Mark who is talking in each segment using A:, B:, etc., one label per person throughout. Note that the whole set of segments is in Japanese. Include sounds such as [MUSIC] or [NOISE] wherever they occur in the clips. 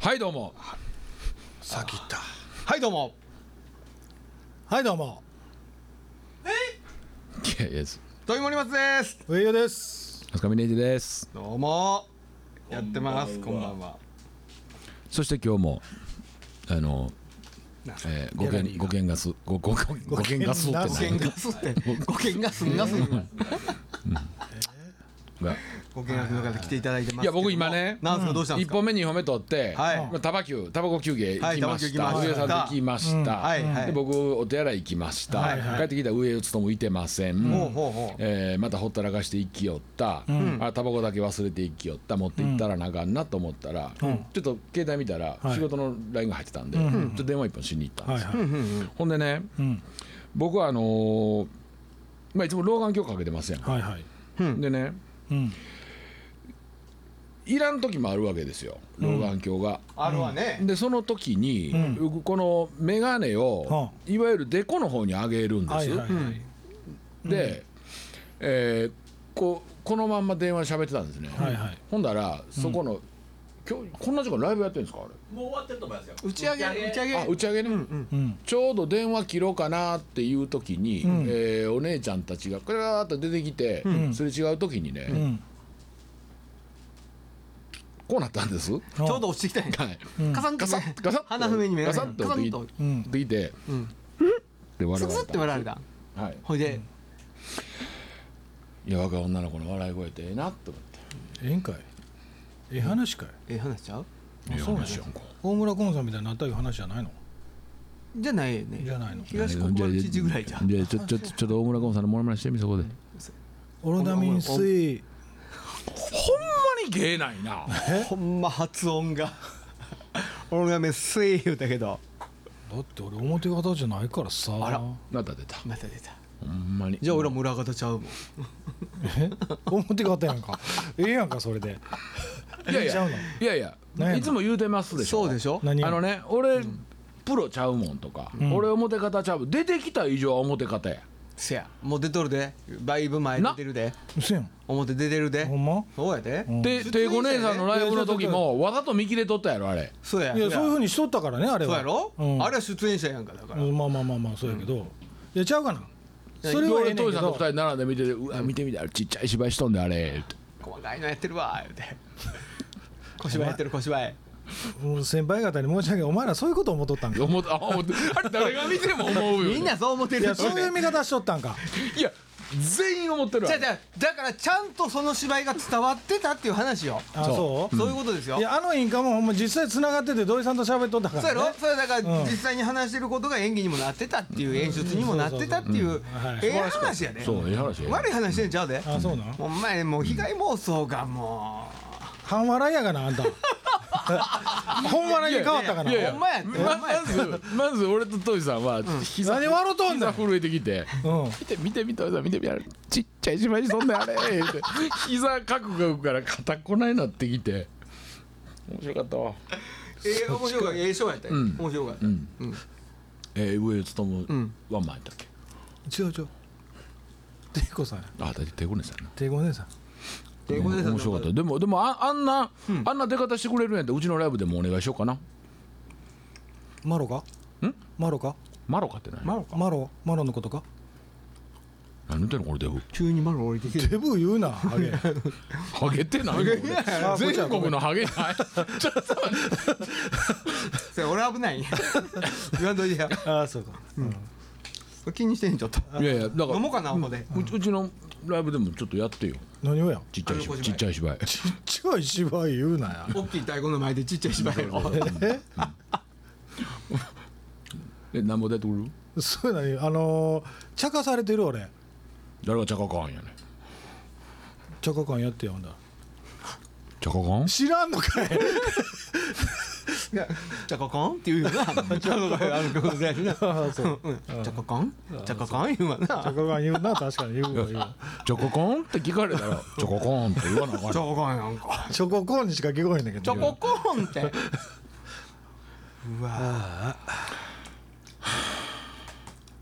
A: はいどうも先行ったはいどうも
B: はいどうも
A: いやいやです
C: 土井森松です
B: 上尾です
A: 飛鳥峰秀です
C: どうもやってます
A: こ
C: こ
A: ん
C: ん
A: ば
C: ば
A: ん
C: んは
A: そして今日もあの
C: な
A: えー、ご
B: ギャラ
A: け
B: リ
A: ん
B: ーが
A: ごけんがすごごごごけんがすって
B: ご
C: ご
B: け
C: け
A: 何
C: んがすってごけんがすんがすん
A: が
C: ご見学の方来ていただいてま
A: い
C: す
A: や僕今ね
C: なんですかどうしたんで
A: 一
C: すか
A: 本目二本目取って、
C: はい
A: まあタバキュータバコ休憩行
C: はい
A: きまし
C: タ
A: た、
C: バコ
A: 上
C: 休
A: 田さ
C: 憩
A: んと行きました、
C: はいはい
A: で僕お手洗い行きました、
B: はいはい
A: 帰ってきたら上打つともいてません、
C: ほうほうほう
A: えーまたほったらかして行きよった、あタバコだけ忘れて行きよった持って行ったらなあかんなと思ったら、ちょっと携帯見たら
B: はい
A: 仕事の LINE が入ってたんで、ちょっと電話一本しに行ったんですよ、
B: はい
C: うんうんうん
A: ほんでね
B: うん
A: 僕はあのーまあ、いつも老眼鏡かけてますやん、
B: はいはい
A: でね
B: うん
A: いらん時もあるわけですよ老眼鏡が、
C: あるわね
A: でその時に、この眼鏡を
B: は、
A: いわゆるデコの方に上げるんです、
B: はいはい
C: うん
A: で、えーこうこのまんま電話喋ってたんですね、
B: はいはい
A: ほんだらそこの、今日こんな時間ライブやってるんですかあ
D: もう終わってると思いますよ。
C: 打ち上げ打ち上
A: れあ
C: げ
A: 打ち上げね、
B: うん
A: ちょうど電話切ろうかなっていう時に、えーお姉ちゃんたちがクラーッと出てきて、すれ違う時にね、
B: うん
A: こうなったんです、
B: ち
C: ちょうど落ちてきたやん
A: はい
C: カサン
A: ガ
C: と
A: サ
C: ね
A: ッガサッ
C: 鼻笛に目
A: ガ
C: が
A: サ
C: 入
A: ッ
C: る
A: と
C: ガサ
A: で
C: ッ
A: き
C: と
B: うん
A: できて、
C: ん
A: で笑
C: ス
A: われ
C: クスって
A: た、
C: 笑われた
A: はい、
C: ほいで
A: いや若い女の子の笑い声ってええなと思って
B: ええんかいええ話かい
C: ええ話しちゃう
A: ええ
B: そうなんや
A: 話やんか
B: 大村コンさんみたいになったいう話じゃないの
C: じゃないよね
B: じゃないの
C: 東国原知事ぐらいじゃん
A: じゃあちょちょちょっと大村ゴンさんのモノマネしてみそこでほんま
B: オロナミン水
A: に芸ないな
C: ほんま発音が俺がめっせい言うたけど
B: だって俺表方じゃないからさ
C: あら
A: また出た
C: また出た
A: ほんまに
C: じゃあ俺は村方ちゃうもん
B: え表方やんかええやんかそれで
A: いやい
B: ちゃ
A: や
B: うの
A: いやい
B: 何や
A: や
B: の
A: いつも言うてますでしょ
C: そうでしょ
A: あ
B: 何
A: のね俺プロちゃうもんとか俺表方ちゃうもん出てきた以上は表方や
C: せやもう出とるでだいぶ前出てるで
B: うせやん
C: 表出てるで
B: ほんま
C: そうやで
B: ん
A: で
C: 普通
A: 帝
C: に
A: 子姉さんのライブの時
B: いやちょ
A: もわざと見切れとったやろあれ
C: そうや
B: いやそういうふう
C: に
B: にしとったからねあれは
C: そうやろ
B: うん
C: あれは出演者やんかだから
B: うんまあまあまあまあそうやけどいやちゃうかなそれはえ
A: 俺
B: えねんけ
A: 当時さんと
B: ど
A: 二人並んで見ててうわ見てみたらちっちゃい芝居しとんであれって
C: 細かいのやってるわ言うて小芝居やってる小芝居
B: うん先輩方に申し訳ないお前らそういうこと思っとったんか
A: 思ったあ思ったあれ誰が見ても思うよ
C: みんなそう思って
B: い
C: る
B: やそういう見方しとったんか
A: いや全員思ってるわ
C: じゃじゃだからちゃんとその芝居が伝わってたっていう話よ
B: あ
A: そう
B: そう
C: そういうことですよ
B: いやあのインカもほんま実際つながってて土井さんと喋っとったか
C: そうや
B: ら、ね、
C: ろそれだから
B: うん
C: 実際に話してることが演技にもなってたっていう演出にもなってたっていう
B: はい
C: ええ話やで
A: そうええ話や
C: 悪い話してんちゃうで
B: あそうなん
C: お前もう被害妄想がも
B: 半笑いやがなあんた本笑いに変わったかない
A: やいや
C: ほんまやって
A: ま
C: ほんまやって
A: まずまず俺とトイさんは膝
B: 何笑うとんねん
A: 膝震えてきて
B: うん
A: 見て見て見て見て見てちっちゃい芝居しとんねんあれ言うて膝カクカクから肩こないなってきて面白かったわ
C: うええ面白かったええショーやったよ面白かった
A: えー、上勤ワンマンやったっけ
B: 違う違うていこさんや
A: あだって手ごねさんな
B: ていこ姉さん
C: 手ごねさん
A: 面白かったでもでもああんな、あんな出方してくれるんやったらうちのライブでもお願いしようかな
B: マロか
A: ん
B: マロか
A: マロかってない
B: ロかマロマロのことか
A: 何言ってんのこれデブ
C: 急に丸降りてきて
B: デブ言うなハゲ
A: ハゲてないもん俺
B: あこっちは
A: 全
B: ごめ
A: 国
B: ん
A: のハゲないちょっと待って
C: それ俺危ないんや言わんといてや
B: あそうか、うん
C: 気にしてんちょっと
A: いやいやだから
C: 飲もうかなほんで
A: うちうちのライブでもちょっとやってよ
B: 何をや
A: ちっちゃい芝
C: あの
A: 居
C: 小芝居
A: ちっちゃい芝居
B: ちょい芝居言うなや
C: 大きい太鼓の前でちっちゃい芝居を
B: え
A: えなんぼ出てくる
B: そうなにあのー、茶化されてる俺
A: 誰がチャカカンやねん
B: 茶化感やってよほんだら
A: チャカカン
B: 知らんのかい
C: いやチャカカンって言うよなチ [LAUGHS] ャカカンあることでな
B: あそう
C: チャカカンチャカカン言うわなチ
B: 茶
C: ャ
B: 化感言うな確かに言うわ言うわ
A: チャカカンって聞かれたらチャカカンって言わなあか [LAUGHS] んよ
C: カカンやんか
B: チョココーンにしか聞こえへんねんけ
C: チ
B: ど
C: ョココーンってうわ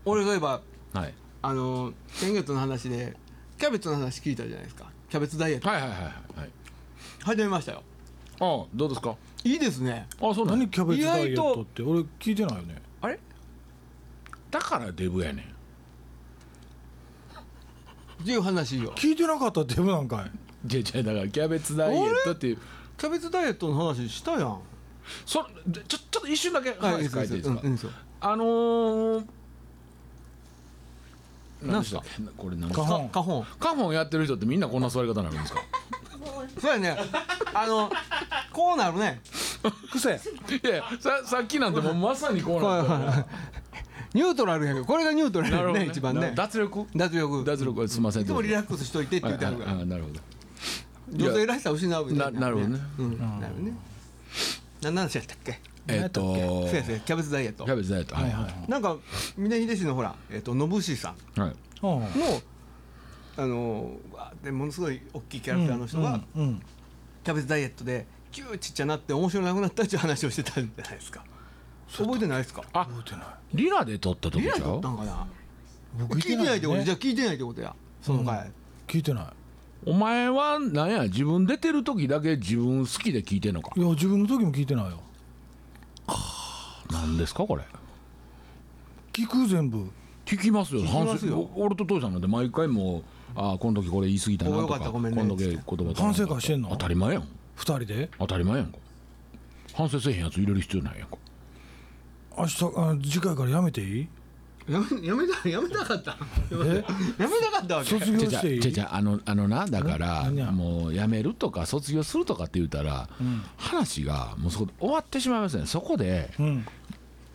C: 俺そういえば
A: はい
C: あの先月の話でキャベツの話聞いたじゃないですかキャベツダイエット
A: はいはいはいはい
C: 始めましたよ
A: ああどうですか
C: いいですね
A: あそうなんや
B: 何キャベツダイエットって俺聞いてないよね
C: あれ
A: だからデブやねん
C: っていう話よ
B: 聞いてなかったらデブなんかい
A: じゃじゃだからキャベツダイエットっていう
C: キャベツダイエットの話したやん
A: そでちょちょっと一瞬だけ話変えていいですか、
C: うんうんそう
A: あのー、
C: 何す
A: 何
C: か
A: でしたこれ何ですか
B: カホ
C: か
B: ン
C: カホン
A: カホンやってる人ってみんなこんな座り方になるんですか
C: そうやねあのこうなるね
B: 癖
A: いやいやささっきなんてもうまさにこうなったから
C: ニュートラルやけどこれがニュートラル
A: なる
C: や
A: ほど
C: ね一番ね
A: 脱力
C: 脱力
A: 脱力すみません
C: いつもリ
A: ラッ
C: ラックスしといてって言ってあるから
A: なるほどいや
C: 女性らしさを失うみたい
A: な
C: な
A: なるほどね
C: うんなるね何なんでしたっけ
A: えっと
C: そうやそうやキャベツダイエット
A: キャベツダイエットはいは
C: なんか峰秀氏のほらえっと信氏さん
A: いはい
B: うん
C: のあのわーでものすごい大きいキャラクターの人が
B: うんうん
C: キャベツダイエットでキューちっちゃなって面白なくなったっていう話をしてたんじゃないですか覚えてないですか
A: あ
B: 覚えてない
A: リラで撮ったとこ
C: リ
A: ち
C: ラ
A: ゃ
C: だっ
A: う
C: たんかな
B: 僕
C: 聞いてないってことじゃ
B: ゃ
C: あ聞いてないってことやその回
B: 聞いてな
A: お前はなんや自分出てる時だけ自分好きで聞いてんのか
B: いいや自分の時も聞いてないよ
A: なんですかこれ
B: 聞く全部
A: 聞きますよ
C: きますよ
A: 反省お俺と父さんなんて毎回もうあーこの時これ言い過ぎたなと
C: およか
A: か
C: ったごめんね
A: この時言葉足らんかった
B: 反省会してんの
A: 当たり前やん
B: 二人で
A: 当たり前やんか反省せえへんやつ入れる必要ないやんか
B: 明日あ次回からやめていい
C: やめやめたやめたかったやめなかったわけ
B: 卒業
A: じゃじゃ
B: していい
A: じゃじゃあのあのなだから
B: 何や
A: もう辞めるとか卒業するとかって言うたら、話がもうそこで終わってしまいますねそこで
B: うん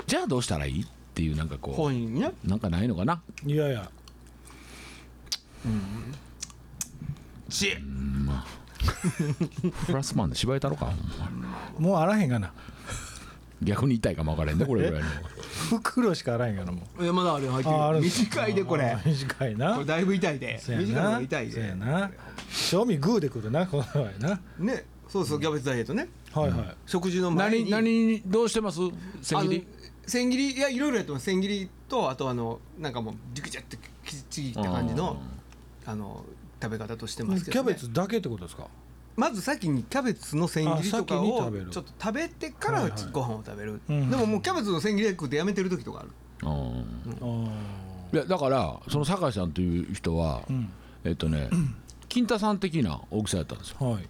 A: じゃあどうしたらいいっていうなんかこ
C: 本人ね
A: うなんかないのかない
B: やいや
C: 知恵
A: フランスマンで芝居たろかほんま
B: もうあらへんがな
A: 逆に痛いかも分からへんねこれぐらいの
B: 袋しかあらへんがなも
C: えまだあるよ入って
B: ああ
C: る
B: る
C: 短いで
B: う
C: これ
B: あー短いな
C: これだいぶ痛いで
B: そや
C: 短いの
B: な
C: が痛い
B: そや
C: で
B: な賞味グーでくるなこの場合な
C: ねそうそうキャベツダイエットね
B: はいはい
C: 食事の前
A: [LAUGHS] 何
C: に
A: 何どうしてます千切り
C: あの千切りいやいろいろやってます千切りとあとあのなんかもうジュクジュってちぎった感じのあの食べ方としてます
B: キ
C: けど、
B: ャ
C: ね、
B: ベツだけってことですか
C: まず先にキャベツの千切りとか
B: あ先に
C: を
B: 食べる
C: ちょっと食べてから
B: はいはい
C: ご飯を食べる、
B: うんうん
C: でももうキャベツの千切りで食ってやめてる時とかある
A: うん
B: あ
A: いやだからその酒井さんという人は、えっとね、金太さん的な大きさやったんですよ
B: あはい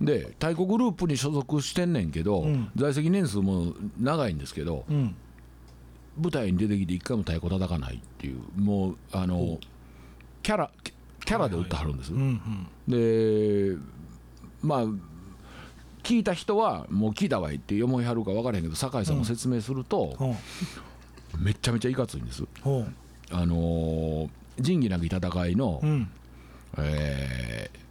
A: で太鼓グループに所属してんねんけど、
B: うん
A: 在籍年数も長いんですけど、
B: うん
A: 舞台に出てきて一回も太鼓叩かないっていうもうあのキャラキャラで打ってはるんです、
B: うんう
A: で
B: ん
A: まあ聞いた人はもう聞いたわいって思いはるか分からへんけど酒井さんも説明すると、
B: ほう
A: めちゃめちゃいかついんです
B: ほう
A: あのー仁義なき戦いの、
B: うん
A: えー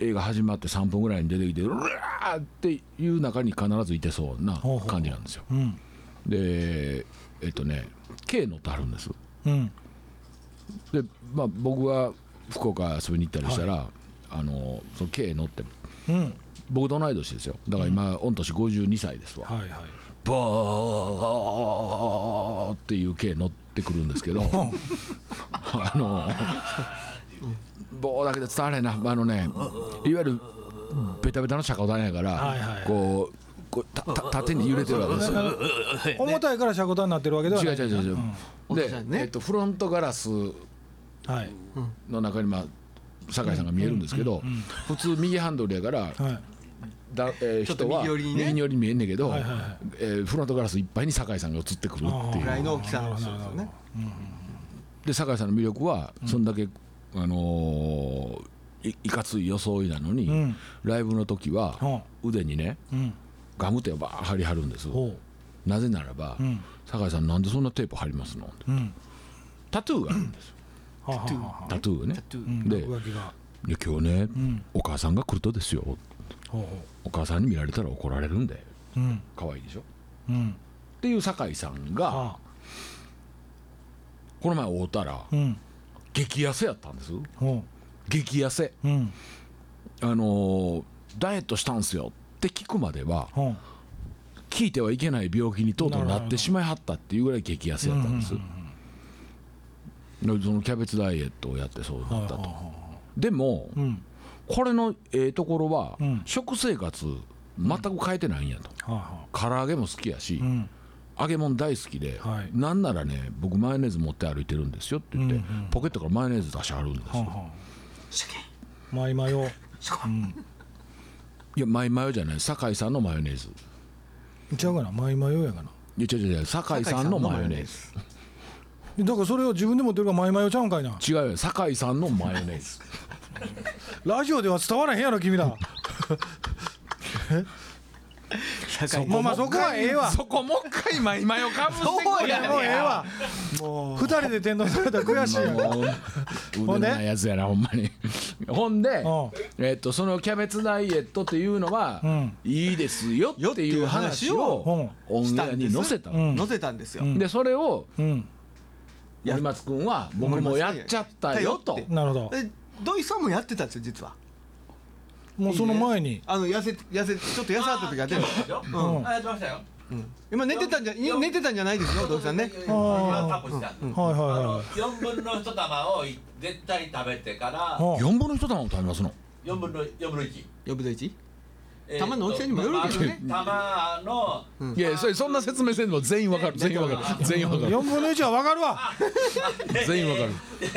A: 映画始まって3分ぐらいに出てきて「うわー!」っていう中に必ずいてそうな
B: ほうほう
A: 感じなんですよ。
B: うん
A: でえっとね K のってあるんです。
B: うん
A: でまあ僕が福岡遊びに行ったりしたら、あのその K のって
B: うん
A: 僕と同い年ですよだから今、御年52歳ですわ。
B: はいはい
A: ボーっていう系乗ってくるんですけど [LAUGHS] あのボーだけで伝われへんなあのねいわゆるベタベタの釈迦団やから、
B: はいはいはい
A: こうこうたた縦に揺れてるわけ
B: [LAUGHS]
A: ですよ。
B: 重たいからシャコタになってるわけでは
A: 違
B: な
A: う
B: い
A: 違う違う違う
C: お父さ
A: で
C: ん、ね
A: えっとフロントガラス
B: はい
A: の中にまあ酒井さんが見えるんですけど、普通右ハンドルやから
B: はい
A: だ、えー
C: ちょっと
A: 人は
C: 右寄りにね
A: 右寄りに見えんねんけど、
B: はいはいはい
A: えーフロントガラスいっぱいに酒井さんが映ってくるってい
C: ぐ
A: う
C: らいの大きさの人ですよ
B: な
C: ね
B: るほ
A: で酒井さんの魅力はそんだけ、あのーいいかつい装いなのに、
B: うん
A: ライブの時は
B: ほ
A: 腕にね
B: ううん
A: ガムテープばー貼りはるんです
B: ほ
A: なぜならば、
B: ううん
A: 酒井さんなんでそんなテープ貼りますの
B: うん
A: タトゥーがあるんですよ
B: はあはあはあ
A: タトゥーがね
C: タトゥー
B: うん
A: で
B: 浮気が
A: で今日ね、
B: ん
A: お母さんが来るとですよ
B: ほうほ
A: お母さんに見られたら怒られるんで
B: ううん
A: 可愛いでしょっ
B: うん
A: ていう酒井さんが、
B: はあ
A: この前会うたら
B: うん
A: 激痩せやったんです
B: ほ
A: 激痩せ
B: ううん
A: あのーダイエットしたんすよって聞くまでは
B: ほう
A: 聞いてはいけない病気にとうとうな
B: な
A: っ
B: るほ
A: て
B: ど
A: しまいはったっていうぐらい激痩せやったんです、
B: うん
A: でそのキャベツダイエットをやってそう
B: は
A: な
B: あ
A: ったと、
B: はあはあ
A: でも
B: うん
A: これのええところは、
B: うん
A: 食生活全く変えてないんやと
B: はあは
A: 唐揚げも好きやし、
B: あうん
A: 揚げ物大好きで、
B: はい
A: なんならね僕マヨネーズ持って歩いてるんですよって言って、
B: うんうん
A: ポケットからマヨネーズ出してあるんですよ、
B: はあは
C: シャキン
B: あまあ今よ
C: シャコ
A: いやマイマヨじゃない酒井さんのマヨネーズ
B: ちゃうかなまあ今よやかない
A: や違う違う違う酒井さんのマヨネーズ
B: だからそれを自分で持ってるからマイマヨちゃうんかいな
A: 違うよ酒井さんのマヨネーズ
B: ラジオでは伝わらへんやろ君ら
C: 酒井
B: まあまあそこはええわ
A: そこもう一回マイマヨかぶして
C: そうやねん
B: もうええわ
C: もう
B: 二人で天丼されたら悔しいやろ
A: もう
B: ほん
A: 腕
B: で
A: ないやつやなほんまにほんで
B: う
A: えっとそのキャベツダイエットっていうのは、
B: うん
A: いいですよっていう話をオンエアに載せたの、
B: うん
C: 載せたんですよ
B: うん
A: でそれを
B: うん
A: 森松君は僕もやっちゃったよと
C: やっ
B: なるほど
C: で土井さんもやってたんですよ実は
B: もうその前に
C: あの痩せ痩せちょっと痩せた時やってる
B: うん
D: あやってましたよ。
C: 今寝てたんじゃ寝てたんじゃないですよ土井さんね
D: ああ。タコし
B: は
D: た。
B: いはい
D: あ
B: は
D: の四分の一玉を絶対食べてから
B: いうん
A: 4分の1玉を食べますの
D: 四分の四分の一。
C: 呼ぶ土井
D: えー
C: 玉の大きさにもよるけどね
D: まあ玉の
A: いやそれそんな説明せんでも全員わかる全員わかる全員わかる
B: 4分の1は分かるわ
A: 全員わかる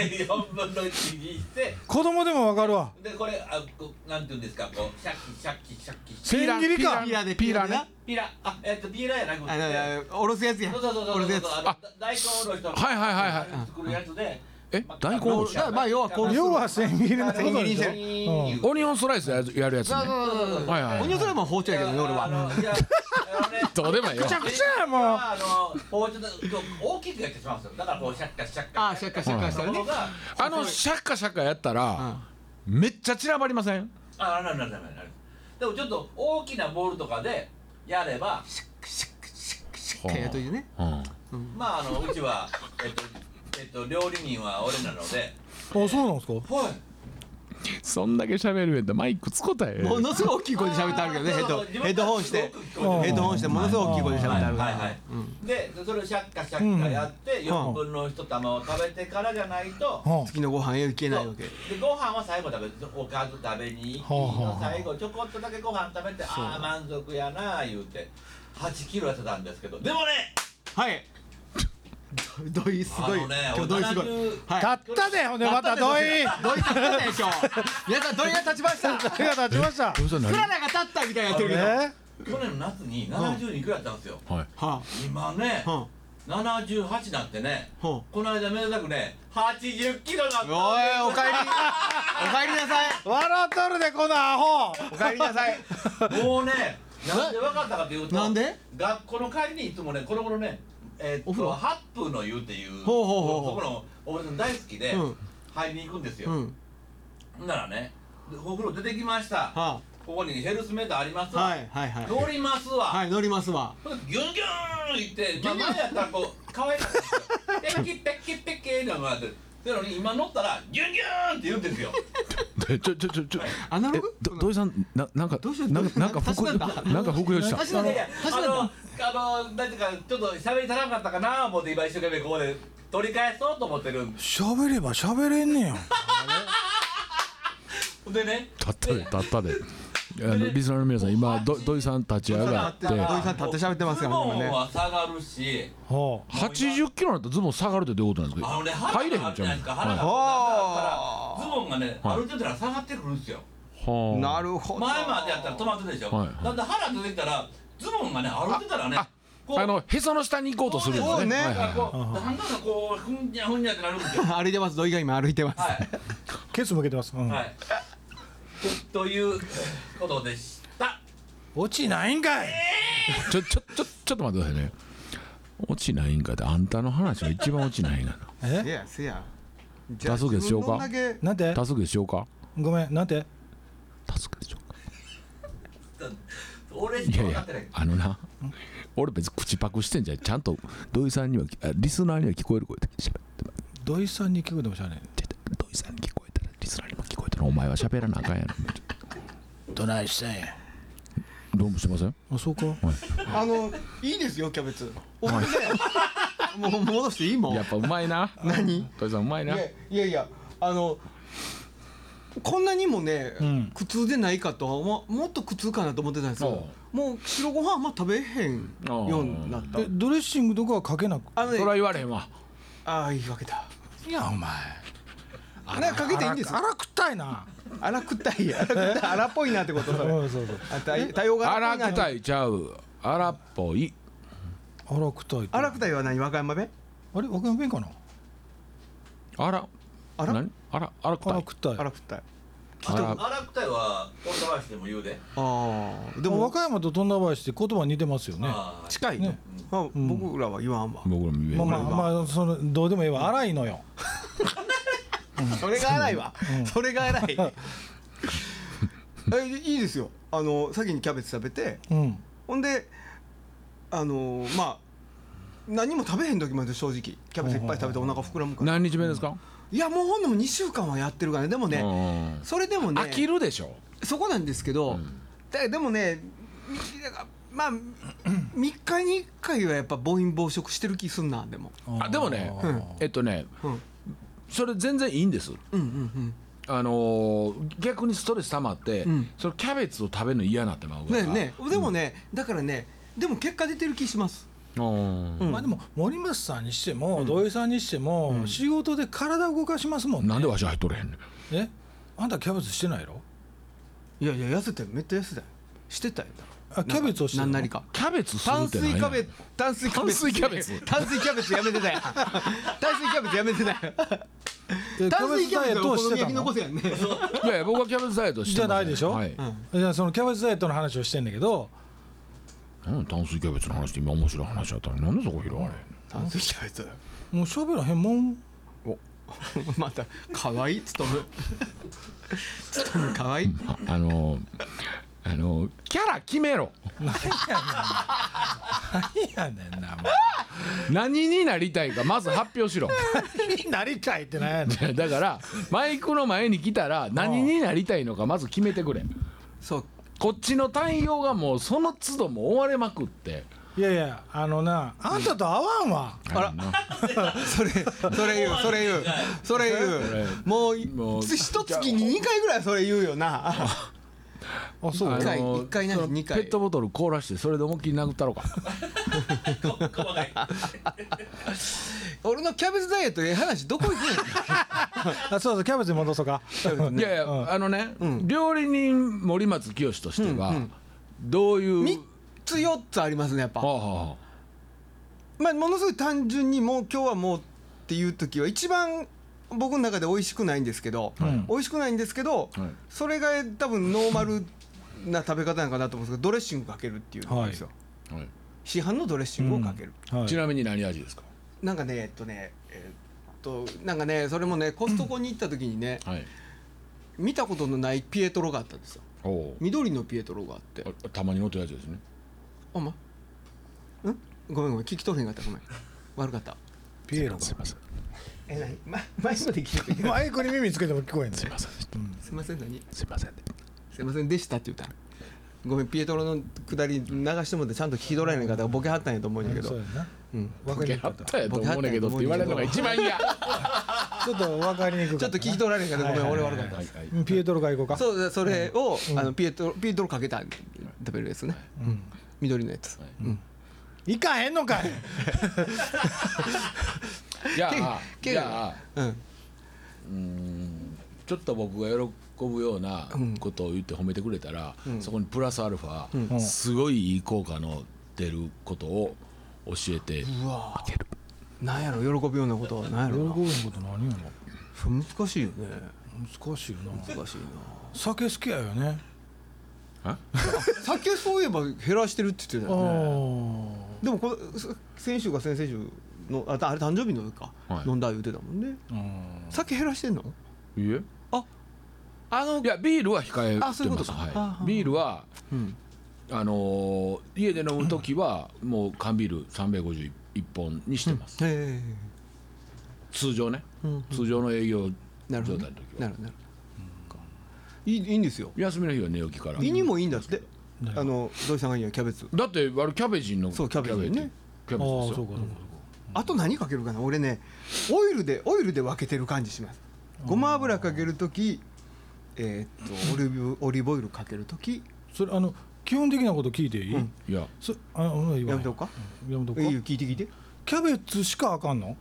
D: で [LAUGHS] 四分の一にして。
B: 子供でも分かるわ
D: でこれあこなんていうんですかこうシャッキシャッキシャッキ
A: 千
B: 千切りか
A: ピーラーピーラーね
D: ピラあえっとピーラーやなく
C: あのい
D: て
C: やおろすやつや
D: そうそうそう
C: お
D: そう
C: ろす
D: そ
C: や
D: う
C: つ
D: あの
A: あ
D: 大根おろしとか
A: はいはいはいはい
D: 作るやつで
A: え大根おろし
C: だからまあ要はこう
B: 要は千切りのこと
C: 千切り
B: で
C: にし
B: してょ
C: る
B: うん
A: オニオンスライスやるやるやつね
D: そうそうそうそう
A: はいはい
C: オニオンスライムは包丁やけどね俺
D: あの
C: はい
D: やあのね
A: どうでもいいよ
B: くちゃくちゃやもう
D: あの包丁で大きくやってしまうんですよだからこうシャッカシャッカ
C: あシャッカシャッカしたらね
D: あ
A: あのシャッカシャッカやったらめっちゃ散らばりません
D: あなるなるなるなるでもちょっと大きなボールとかでやれば
C: しっかりやっといてね
A: うん
D: まああのうちはえっとえっと料理人は俺なので
B: あそうなんですか
D: はい
A: そんだけ喋るんやったらマイク使うたらええ
C: ものすごい大きい声で喋ってあるけどねヘッドヘッドホンして
B: うん
C: ヘッドホンしてものすごい大きい声で喋ってある
D: はいはいでそれをシャッカシャッカやって4分の1玉を食べてからじゃないと
B: うん
C: 月のご飯へ行けないわけ
D: でご飯は最後食べおかず食べに行きの最後ちょこっとだけご飯食べてああ満足やなあ言うて8キロ痩せたんですけどでもね
C: はいど土井すごい
D: あのね
C: 今日土井すごい
D: 70
C: はい
B: たったでほんでまた土井
C: 土井立ったね今日皆さん土井が立ちました
B: 手が立ちました
A: それ
C: ク
A: 何
C: ララが立ったみたいなやってるけどは
B: え
D: 去年の夏に72くらいやったんですよ
A: はい
C: あ
D: 今ね
C: は
D: 78なってね
C: あはあ
D: この間めでたくね80キロだったんです
C: おいおかえりおかえりなさい
B: 笑っとるでこのアホ
C: おかえりなさい
D: もうね、なんで分かったかというと、
C: なんで
D: 学校の帰りにいつもね、この頃ね、えーっと
C: お風呂
D: ハップの湯っていう、
C: ほうほうほうほう
D: そこのおばさん大好きで、
C: うん
D: 入りに行くんですよ。
C: う
D: ほ
C: ん
D: ん、ならね、でお風呂出てきました、
C: は
D: ここにヘルスメーターあります
C: あ
D: わ、
C: はいはいはい
D: 乗りますわ、
C: はい乗りますわ
D: ギュンギュンいって、まあ、前やったらこう、可愛かったんですよ。ペッキペッキペッキってのがあって、そのに今乗ったら、ギュンギュンって言うんですよ。
A: えちょちょちょちょ
C: アナロ
A: え
C: グ
A: ど土井さんななんか
C: どうした
A: なん
C: どうし
A: か
C: た
A: なんか服
C: 足したんだ
A: なんか服用した
C: 足
D: い
C: した
D: や
C: の
D: いや
C: 足したん
D: あの
C: だ
D: あのなんていうかちょっと喋り足らなかったかな思って今一生懸命ここで取り返そうと思ってるんで
B: 喋れば喋れんねや
D: でね
A: たったでたったであのリスナーの皆さん今ど土井さん立ち上がって
C: 土井さん立って喋ってますからね
D: ズボ
C: 今ね
D: ンは下がるし
B: は
A: 80キロになったらズボン下がるってどういうことなんです
D: あ
A: か
D: のね
A: 入
D: 腹
A: れへ
D: があ
A: ん
D: る
A: じ
D: じ
A: ゃん
D: ゃないですか腹が
C: は
D: あるからズボンがねある程度は下がってくるんですよ
A: は
C: なるほど
D: 前までやったら止まってたでしょ
A: はい
D: だって腹出てきたらズボンがねある程度はね
A: あ
D: こう
A: あのへその下に行こうとするんですね
C: そうね
A: はいはいはい
D: こうだんだんこうふんにゃふんにゃってなるんですよ
C: 歩いてます土井が今歩いてます
D: はい
B: あケツ向けてますうん
D: はいということでした
B: 落ちないんかい
A: ちょちょちょちょっと待ってくださいね落ちないんかってあんたの話が一番落ちないんかな
C: せ
B: え
C: やせやじ
A: 多数決しようか
C: 自分のだけ
B: なんて
A: 多数決しようか
B: ごめんなんて
A: 多数決しようか
D: 俺し
A: い
D: か
A: やい
D: 分か
A: や
D: ってない
A: あのな俺別に口パクしてんじゃんちゃんと土井さんにはあリスナーには聞こえる声で喋ってもらっ
B: 土井さんに聞くでもしゃあね
A: て土井さんに聞こえたらリスナーにも聞こえたらお前は喋らなあかんやろ
B: えどないしたんや
A: どうもしてません
B: あそうか
C: あのいいですよキャベツおすすめもう戻していいもん
A: やっぱうまいな
C: 何
A: 土井さんうまいない
C: やいやいやあのこんなにもね、
B: うん
C: 苦痛でないかとは思うもっと苦痛かなと思ってたんですけどもう白ご飯あんま食べへんようになった
B: えドレッシングとかはかけなく
C: あの
A: そ
C: ね
A: れは言われへんわ
C: ああいいわけだ
B: いやお前
C: あれはかけていいんですよ
B: 荒くったいな
C: 荒くった [LAUGHS] い荒くったい荒っぽいなってことそれ
B: そうそう
C: あ対対応が
A: 荒くた
C: い
A: いちゃう荒っぽい
B: 荒くたい
C: 荒
B: あ
C: くたいは何和歌山弁
B: れ和歌山弁かな
A: 荒
C: あら
A: 何荒荒くた
B: 荒
A: い
B: くたい
C: 荒くったい
A: 荒
D: 荒くたいはオンラインしても言うで。
C: ああで
B: でも和
C: も
B: 歌山と富田林って言葉似てますよね
D: ああ
C: 近いね
B: ね
C: まあ僕らは言わんわ
A: 僕らも言えへん
B: ま
A: わ
B: あまあまあそのどうでもいいわ荒いのよ
C: それが荒いわそれが荒い [LAUGHS] えいいですよあの先にキャベツ食べて
B: うん
C: ほんであのーまあ何も食べへん時まで正直キャベツいっぱい食べてお腹膨らむから
A: 何日目ですか、
C: いやもうほんでも2週間はやってるからねでもね
A: ね
C: それでもね
A: 飽きるでしょ
C: そこなんですけど、だでもねみだからまあ3日に1回はやっぱ暴飲暴食してる気すんなでも、
A: あでもね、
C: うん
A: えっとね
C: うん、
A: それ全然いいんです
C: うんうん
A: あのー逆にストレス溜まって、
C: うん
A: そのキャベツを食べるの嫌になってまう
C: うん
A: から
C: ねねでもね、だからねでも結果出てる気します
A: うん
C: うん
B: まあでも森松さんにしても土井さんにしても仕事で体動かしますもんね
A: なんでわし入っとれへんねん
B: えあんたキャベツしてないやろ
C: いやいや痩せたよめっちゃ痩せたよしてたよ
B: あキャベツをしてる
C: なん
B: の
C: なりか
A: キャベツする
C: 炭
A: ってないね
C: 水
A: ん
C: 化物炭水化物
A: 炭水キャベツ
C: 炭水キャベツやめてた [LAUGHS] やん炭水キャベツやめてたやん
B: え
C: 炭水キャベツ
B: を
C: をお好み焼き残せやんね
A: いやいや僕はキャベツダイエットしてます
B: じゃないでしょ
A: はい、
B: じゃあそのキャベツダイエットの話をしてんだけど
A: うん、炭水キャベツの話って今面白い話だったのになんでそこ拾われへんの
C: 炭水キャベツ
B: もう喋らへんもん
C: お [LAUGHS] また可愛いつとむ [LAUGHS] つとむ
A: [LAUGHS]
C: 可愛い
A: ああのーあのーキャラ決めろ
B: 何やねんなもう
A: 何になりたいかまず発表しろ [LAUGHS]
B: 何になりたいってなんやねん
A: だからマイクの前に来たら何になりたいのかまず決めてくれ
C: そう
A: こっちの対応がもうその都度もう追われまくって
B: いやいやあのなあんたと合わんわ
A: あら
C: それそれ言うそれ言うそれ言うもう
A: もう
C: 一月に二回ぐらいそれ言うよな
B: あそう
A: あ
C: 一回
A: の
C: 一回な
A: [LAUGHS]
C: い
A: その
C: 二回
A: ペットボトル凍らしてそれで思いっきり殴ったろか
D: こ細かい。
C: 俺のキャベツダイエットええ話どこ行くんや
B: あそうそうキャベツに戻そうか
A: いやいや、あのね、料理人森松清としては、どういう
C: [LAUGHS] 三つ四つありますねやっぱ
A: はあは
C: まあものすごい単純にもう今日はもうっていう時は一番僕の中で美味しくないんですけど、
B: い
C: 美味しくないんですけど、
A: はい
C: それが多分ノーマルな食べ方なのかなと思うんですけどドレッシングかけるっていうんですよ、
A: あは、
C: 市販のドレッシングをかける、
B: はいい
A: ちなみに何味ですか
C: なんかねえっとねえっとなんかねそれもねコストコに行った時にね、
A: はい
C: 見たことのないピエトロがあったんですよ
A: おお
C: 緑のピエトロがあって
A: あたまに乗ってるやつですね
C: お前んごめんごめん聞き取れへんかったごめん悪かった
B: ピエロが
A: すいません
C: え何、 [LAUGHS] ま、前まで聞いてた
B: マイクに耳つけても聞こえんね
A: すいませんでした
C: すいません何
A: すいませんでした
C: すいませんでしたって言ったらごめんピエトロのくだり流してもってちゃんと聞き取られない方がボケはったんやと思うんやけど
B: そうやな
C: うん
B: 分かりにくか
A: や
B: っ
A: [LAUGHS] ったたやと思うねんけどって言われるのが一番
C: [LAUGHS]
A: 嫌は
B: ちょっと分かりにくかった
C: ちょっと聞き取られない方ごめん俺悪かっ
A: い
C: た
A: は
C: で
A: い
C: す
B: うんピエトロから行こうか
C: そうだそれをあのピエトロピエトロかけた食べるやつね緑のやつ
A: はい
C: うん
B: 行かへんのかい
A: じゃあ
C: け
A: じゃあ
C: うん
A: うーんちょっと僕が喜ぶようなことを言って褒めてくれたら、そこにプラスアルファ、すごいいい効果の出ることを教えて、
C: うわなんやろ喜ぶようなことはなん
B: 喜
C: や
B: ぶ
C: ろな
B: こと何や
C: 難しいよね
B: ろ難しいよな
C: 難しい
B: 酒好きやよね
C: な酒そういえば減らしてるって言って
B: あ
C: たよね
B: あ
C: でもこのす先週か先々週のああれ誕生日の時か、
A: はい
C: 飲んだ言うてたもんね酒減らしてんの
A: いえ
C: ああの
A: いやビールは控えてま
C: あ
A: す
C: そういうことかあ
A: は
C: あ
A: い、ビールは
C: うん
A: あのー家で飲む時はもう缶ビール351本にしてます、
C: え
A: 通常ね、
C: えうん
A: 通常の営業
C: な
A: 状態の
C: るほど
A: 時
C: ねな
A: は
C: るほどなるほどいいいいんですよ
A: 休みの日は寝起きから
C: 胃にもいいんだってあの土井さんが言うにはキャベツ
A: だってあれキャベジンの
C: そうキャベジンね
A: キャベ
B: あ
A: ジン
B: ー
A: で
B: そう
A: すよ
B: かそうかそうか
C: あと何かけるかな俺ねオイルでオイルで分けてる感じしますごま油かける時え
B: [LAUGHS]
C: ーっとオリーブオリーブオイルかけるとき
B: それあの基本的なこと聞いていい、
C: うん
A: いや
B: そあや
C: やめとこうか
B: やめとこ
C: いいよ
B: う
C: 聞いて聞いてど
B: キャベツしかあかんの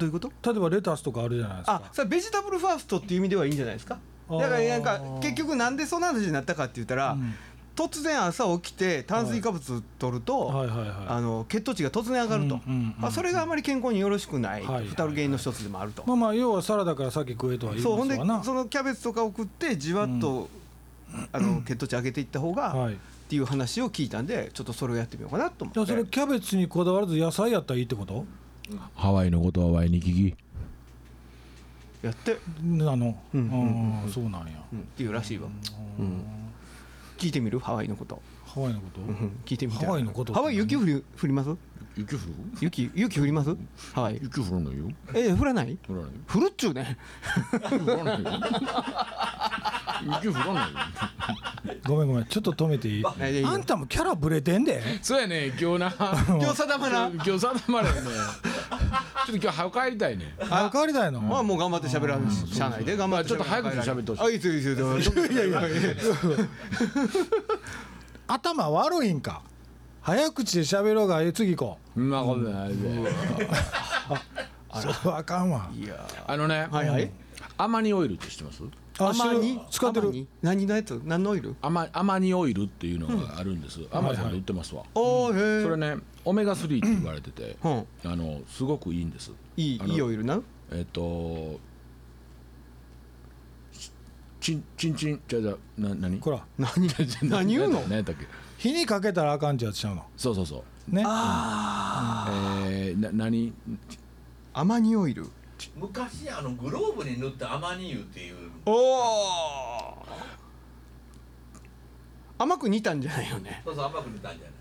C: ういうこと
B: 例えばレタスとかあるじゃないですか
C: あそれベジタブルファーストっていう意味ではいいんじゃないですか
B: あー
C: だからなんか結局なんでそんな話になったかって言ったら、
B: うん
C: 突然朝起きて炭水化物取ると、
B: はいはいはい
C: あの血糖値が突然上がると、
B: うんうんうん
C: あそれがあまり健康によろしくない
B: はいはい
C: 負担原因の一つでもあると、
B: まあまあ要はサラダから先食えとは言い
C: そうほ
B: ま
C: ん
B: す
C: で
B: わな
C: そのキャベツとか送ってじわっと、あの血糖値上げていった方が、
B: は
C: っ
B: い、
C: ていう話を聞いたんでちょっとそれをやってみようかなと思
B: じゃあ
C: っ
B: それ
C: て
B: キャベツにこだわらず野菜やったらいいってこと
A: ハワイのことはワイに聞き
C: やって、
B: なの、
C: うんうん
B: ああそうなんや、
C: うんっていうらしいわ、うん聞いてみるハワイのこと、
B: ハワイのこと、
C: うん聞いてみたら
B: ハワイのこと
C: ハワイ雪降り降ります
A: 雪降る
C: 雪雪降りますハワイ
A: 雪降らないよ
C: え降らない
A: 降らないよ
C: 降るっちゅうね
A: 雪降らないよ雪降らないよ
B: ごめんごめんちょっと止めていい
C: いやいやいいよ
B: あんたもキャラブレてんで
A: そうやね今日な
C: 今日定まらん
A: [LAUGHS] 今日定まらんねちょっと今日早く帰りたいね
B: あ帰りたいの、
C: まあもう頑張って喋らんし社内で頑張
A: まあ
C: って
A: ちょっと早口で喋ってほしい
C: あいいですよいいですよいいですよい [LAUGHS] やいやいや
B: 頭悪いんか早口で喋ろうがえ次行こう
A: そんなことないで
B: あらあかんわ
A: あのね
C: はいはい
A: アマニオイルって知ってます
B: あ
C: アマニ
B: 知る使って
C: アマ
B: る
C: ニ何のやつ何のオイル
A: アマアマニオイルっていうのがあるんです、アマゾンで売ってますわ、
C: おおへえ
A: それねオメガ3って言われてて、
C: うん
A: あのすごくいいんです
C: いい
A: あの
C: いいオイルな
A: えっ、とちんちんちんじゃじゃな何
B: こら
C: 何何言うの
A: 何やったっけ
B: 火にかけたらあかんちゃっちゃうの
A: そうそうそう
B: ね
A: えー、な何
C: アマニオイル
D: 昔あのグローブに塗ったアマニ油っていう
C: おお甘く煮たんじゃないよね
D: そうそう甘く塗ったんじゃない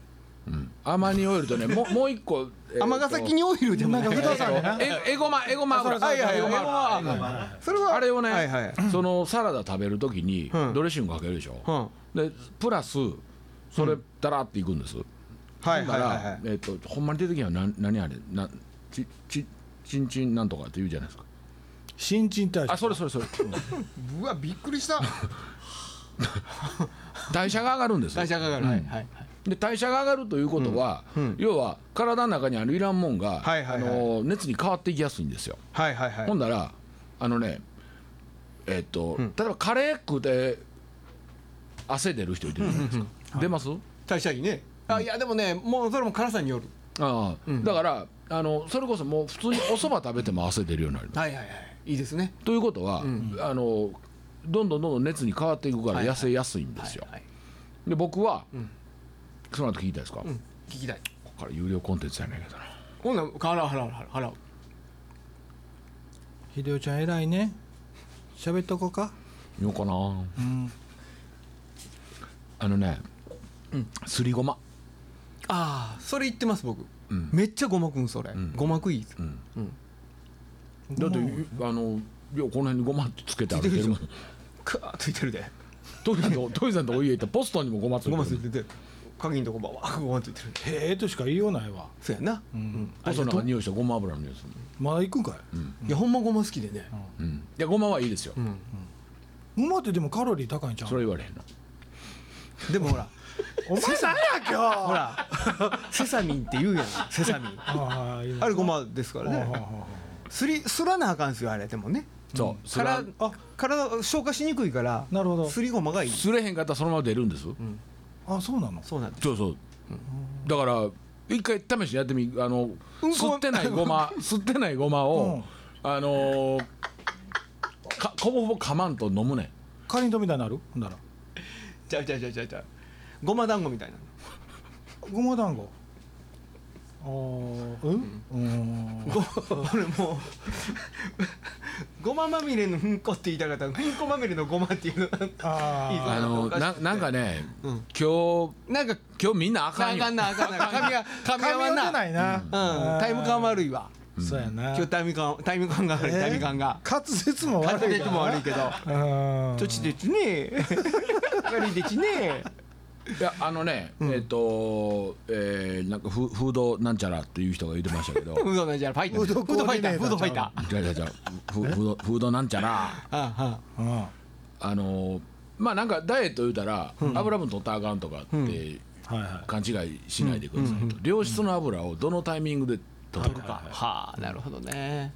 A: アマニオイルとねもうもう一個、えーと
C: 尼崎にオイルでも
B: な
C: なんい
B: か不動産でな
A: えエゴマエゴマ油
C: はいはいはい
A: エゴマ油
C: はいはいそれは
A: あれをね、
C: はいはい
A: そのサラダ食べるときに
C: うん
A: ドレッシングかけるでし
C: うん
A: ょ、
C: は
A: でプラスそれだらっていくんです、
C: いはい
A: だか
C: はい
A: ら、
C: はい
A: えっ、とほんまに出てきたのは何何あれなちちちんちんなんとかって言うじゃないですか
B: 新陳代謝
A: あそれそれ
C: [LAUGHS]
A: それうん
C: うわびっくりした
A: 代謝が上がるんです
C: [LAUGHS] 代謝が上がる、はいはい
A: で代謝が上がるということは、要は体の中にあるいらんもんが、
C: はいはい
A: あ
C: はい
A: の熱に変わっていきやすいんですよ、
C: はいはいはい
A: ほんだらあのねえっ、と、例えばカレー食うて汗出る人いてるじゃないですか、出ます、
C: 代謝いいねあいやでもねもうそれも辛さによる
A: ああだからあのそれこそもう普通にお蕎麦食べても汗出るようになる
C: はいはいはいいいですね
A: ということは、あのどんどんどんどん熱に変わっていくから痩せやすいんですよ、
C: はいはい
A: で僕は、その後聞いたいですか、こ
C: 聞きたい
A: こから有料コンテンツやねんけどな
C: ほんなら払う払う払う払う
B: ひでおちゃん偉いね喋っとこうか
A: 言おうかな、あのね、すりごま
C: ああそれ言ってます僕、
A: ん
C: めっちゃごまくんそれ、ごまくいいです、
A: ん
C: うん
A: だってあのようこの辺にごまってつけて歩いてるもん
C: クワーッついてるで
A: トイさんと [LAUGHS] トイさんとお家行ったらポストにもごまついて
C: ご
A: る
C: まついてて鍵のとこばわーごまついてる
B: へえとしか言いようないわ
C: そうやな、うん
A: ポストの中に匂いしたごま油の匂いする
B: まだ行くんかい、
C: いやほんまごま好きでね、
A: うんいやごまはいいですよ、
B: うまってでもカロリー高いんちゃう
A: それ言われへんの
C: でもほら
B: お前何や
C: ほ
B: 今日
C: ら [LAUGHS] セサミンって言うやんセサミン
B: ああいいね
C: あれごまですから
B: はあは
C: ね
B: あは
C: すりすらなあかんすよあれでもね
A: そうす
C: から
A: ら
C: あ体消化しにくいから
B: なるほど
C: すりごまがいい
A: すれへんかったらそのまま出るんです、
B: ああそうなの
C: そうなんです
A: そうそうだから一回試しにやってみあの、
C: うんこ
A: 吸ってないごま吸ってないごまを、あのーかほぼほぼ噛まんと飲むねん
B: かりんとうみたいになるほんなら
C: ちゃうちゃうちゃうちゃうちゃうごま団子みたいな
B: ごま団子ああうんうん
C: ご俺もうごままみれのうんこって言いたかったうんこまみれのごまっていうの
B: あ
C: いいぞ
B: あ
A: あの
C: おかしい
A: ななんかね、
C: うん
A: 今日
C: なんか
A: 今日みんなあか
C: あ
A: んよ
C: かんなあかんな髪が髪
B: 噛
C: 合
B: み合
C: わ
B: って
C: んな
B: ないな、
C: うんタイム感悪いわ
B: いそうやな
C: 今日タイム感タイム感が悪い
B: えー
C: タイム感が
B: 滑舌も悪い
C: 滑舌も悪いけど
B: うん
C: ちょちでちねえ悪いでちね
A: いやあのね、えっ、と、えー、なんかフフードなんちゃらっていう人が言ってましたけど
C: [LAUGHS] えうどんなんじゃファイター
B: う
C: フ
B: ど
C: ー
B: んコー
C: ド
B: デ
C: ファイ
B: ィ
C: タ
B: ネータ
C: ー
B: ー
C: フードファイター
A: じゃじゃじゃフフードフードなんちゃら
C: ああ
B: うん
A: あのまあなんかダイエット言うたら、油分取ったらあかんとかって、
B: はいはい
A: 勘違いしないでくださいと、良質の油をどのタイミングで取るか、
C: はあなるほどね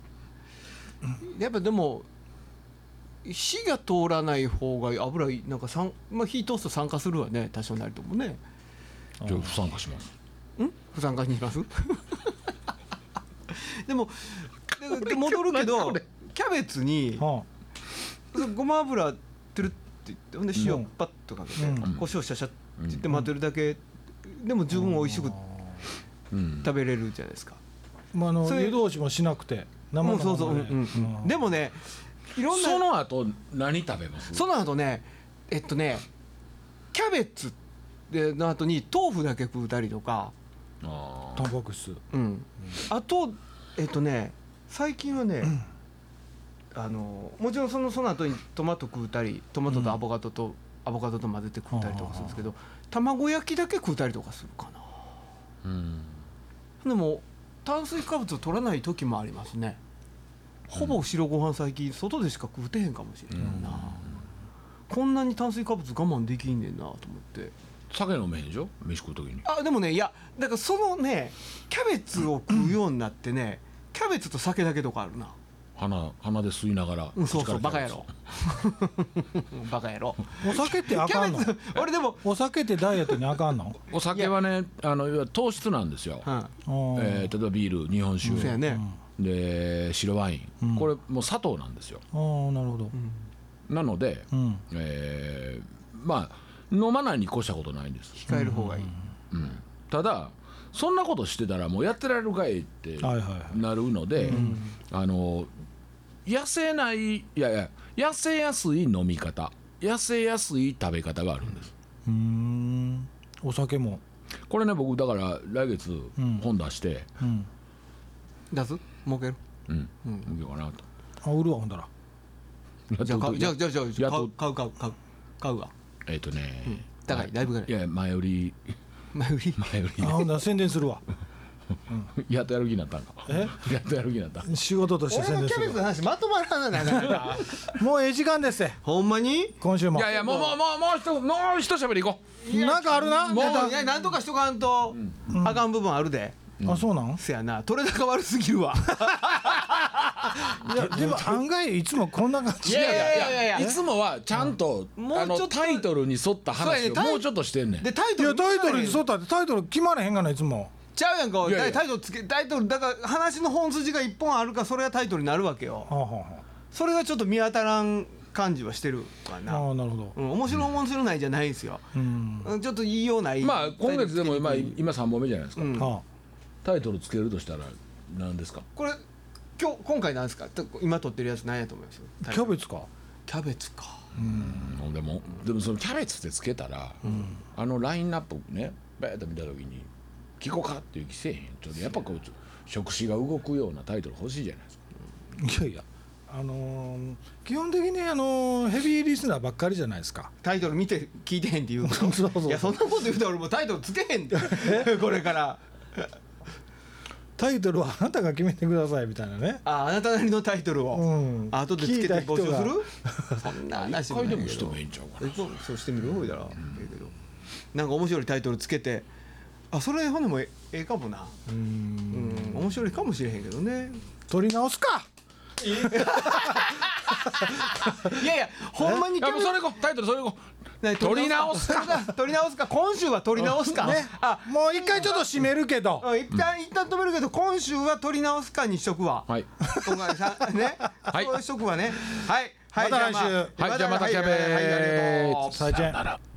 C: やっぱでも火が通らない方が油いなんか酸、まあ、火通すと酸化するわね多少なりともね
A: じゃあ不参加します
C: ん不参加にします [LAUGHS] でもでで戻るけどキャベツに
B: は
C: ごま油てるって言ってほんで
B: うん
C: 塩パッとかけて、
B: うん
C: 胡椒シャシャって言って混ぜるだけ、でも十分美味しく
A: うん
C: 食べれるじゃないですか、
B: あまああの
C: そういう
B: 湯通しもしなくて生の
C: もうそうそう、うんうんうんで
B: も
C: もねいろんな
A: その後何食べます
C: その後ねえっとねキャベツでの後に豆腐だけ食うたりとか、
A: あ
B: タ
A: ー
B: ンパク質
C: うん、あとえっとね最近はね、あのもちろんそのその後にトマト食うたりトマトとアボカドと、アボカドと混ぜて食ったりとかするんですけど卵焼きだけ食うたりとかするか
A: うん
C: なでも炭水化物を取らない時もありますねほぼ白ご飯最近外でしか食うてへんかもしれないな、こんなに炭水化物我慢できんねんなと思って
A: 酒飲めへんでしょ飯食う時に
C: あでもねいやだからそのねキャベツを食うようになってね、キャベツと酒だけとかあるな、
A: 鼻鼻で吸いながら、
C: うん、そうそう
A: 口
C: バ
A: か
C: カ
A: ら
C: 野
A: キャベ
C: 郎バカ野郎 [LAUGHS]
B: お酒ってあ
C: キ
B: かん
C: ャ
B: の
C: ベツ俺でも、
B: お酒ってダイエットにあかんの
A: ツお酒はねあの要は糖質なんですよ、
C: うん、
A: えー例えばビール日本酒、
C: そうやね、
A: で白ワイン、
B: うん
A: これもう砂糖なんですよ
B: ああなるほど
C: うん
A: なので、
B: うん
A: えーまあ飲まないに越したことないんです、
C: 控える方がいい、
A: うんただそんなことしてたらもうやってられるかいって
B: はいはいはい
A: なるので、あの痩せないいやいや痩せやすい飲み方痩せやすい食べ方があるんです
B: うーんお酒も
A: これね僕だから来月
B: うん
A: 本出して、
B: うん
C: 出す儲ける
A: うん
C: うん
A: 受けようかなと。
B: あ売るわほんだら
C: じゃあ買うじゃあじゃあじゃ
A: や
C: あ
A: っと
C: 買う買う買う買う買うわ
A: えっ、とね、
C: 高いだいぶ高い [LAUGHS]
A: いや前売り
C: 前売り
A: 前売り [LAUGHS]
B: あほんだら宣伝するわ
A: でやっとやる気になったんか
B: え
A: やっとやる気になった
B: 仕事として宣伝するわ
C: の話まとまら [LAUGHS] ないな
B: もうええ時間ですって
C: ほんまに
B: 今週も
A: いやいやもうもうもうもう一もう一喋り行こ
B: なんかあるな
C: も
B: ネタ
C: うなんとかしとかんと、あかん部分あるで
B: あそうなん
C: せやな取れ高悪すぎるわ
B: いやでも案外いつもこんな感
A: う
B: じ
A: い
C: やいやいやいや
A: いつもはちゃんと、
C: もう
A: あの
C: ちょっと
A: タイトルに沿った話
C: そうやね
A: を
C: タイ
A: もうちょっとしてんねん
C: [LAUGHS] でタイ
B: い
C: トル
B: やタイトルに
C: そ
B: 沿ったってタイトル決まらへんがないつも
C: ちゃうやんか
A: いやいや
C: タイトルつけタイトルだから話の本筋が一本あるからそれがタイトルになるわけよ
B: はあは
C: それがちょっと見当たらん感じはしてる
B: あ
C: か
B: はあ
C: な、
B: あなるほど
C: うん、面白い面白ないじゃないんですよ、
B: うん
C: うんちょっと言いようない
A: まあ今月でもまあ今3本目じゃないですか、
C: うん
B: は
A: タイトルつけるとしたら何ですか
C: これ今日今回なんですかと今撮ってるやつ何やと思います
B: あキャベ
C: ツ
B: ツか [LAUGHS]
C: キャベツか
A: でもでもそのキャベツってつけたら、あのラインナップねバーッと見た時に聞こうかっていう気せえへんちょっとやっぱこうちょ触手が動くようなタイトル欲しいじゃないですか
B: いやいやあのー基本的にあのーヘビーリスナーばっかりじゃないですか
C: タイトル見て聞いてへんって言うの
B: そうそうそう
C: やそんなこと言うたら俺もうタイトルつけへんこれから
B: タイトルはあなたが決めてくださいみたいなね
C: ああなたなりのタイトルを、
B: うん
C: 後でつけて募集
B: 聞いた
C: するそんな話
A: 一
C: も
A: 回
C: ない
A: で
C: けど
A: もしてもええんちゃうかな
C: そうそうしてみるほいだら、ええけどなんか面白いタイトルつけてあそれほんでもええええかもなうん面白いかもしれへんけどね
B: 取り直すか
C: いやいやほんまに
A: いやもうそれいこうタイトルそれいこ
C: ね
A: う取り直すか
C: 取り直すか今週は取り直すか、
B: ね
C: あ
B: もう一回ちょっと締めるけど
C: うん一旦一旦止めるけど今週は取り直すかにしとくわ
A: はい
C: 今回さね、
A: はい
C: そうしとくわねはいはい
B: また来
C: じゃあ
B: 週
A: はいじゃあまたキャベ
C: はいはいありがとう
A: ツ
B: 再见
A: なら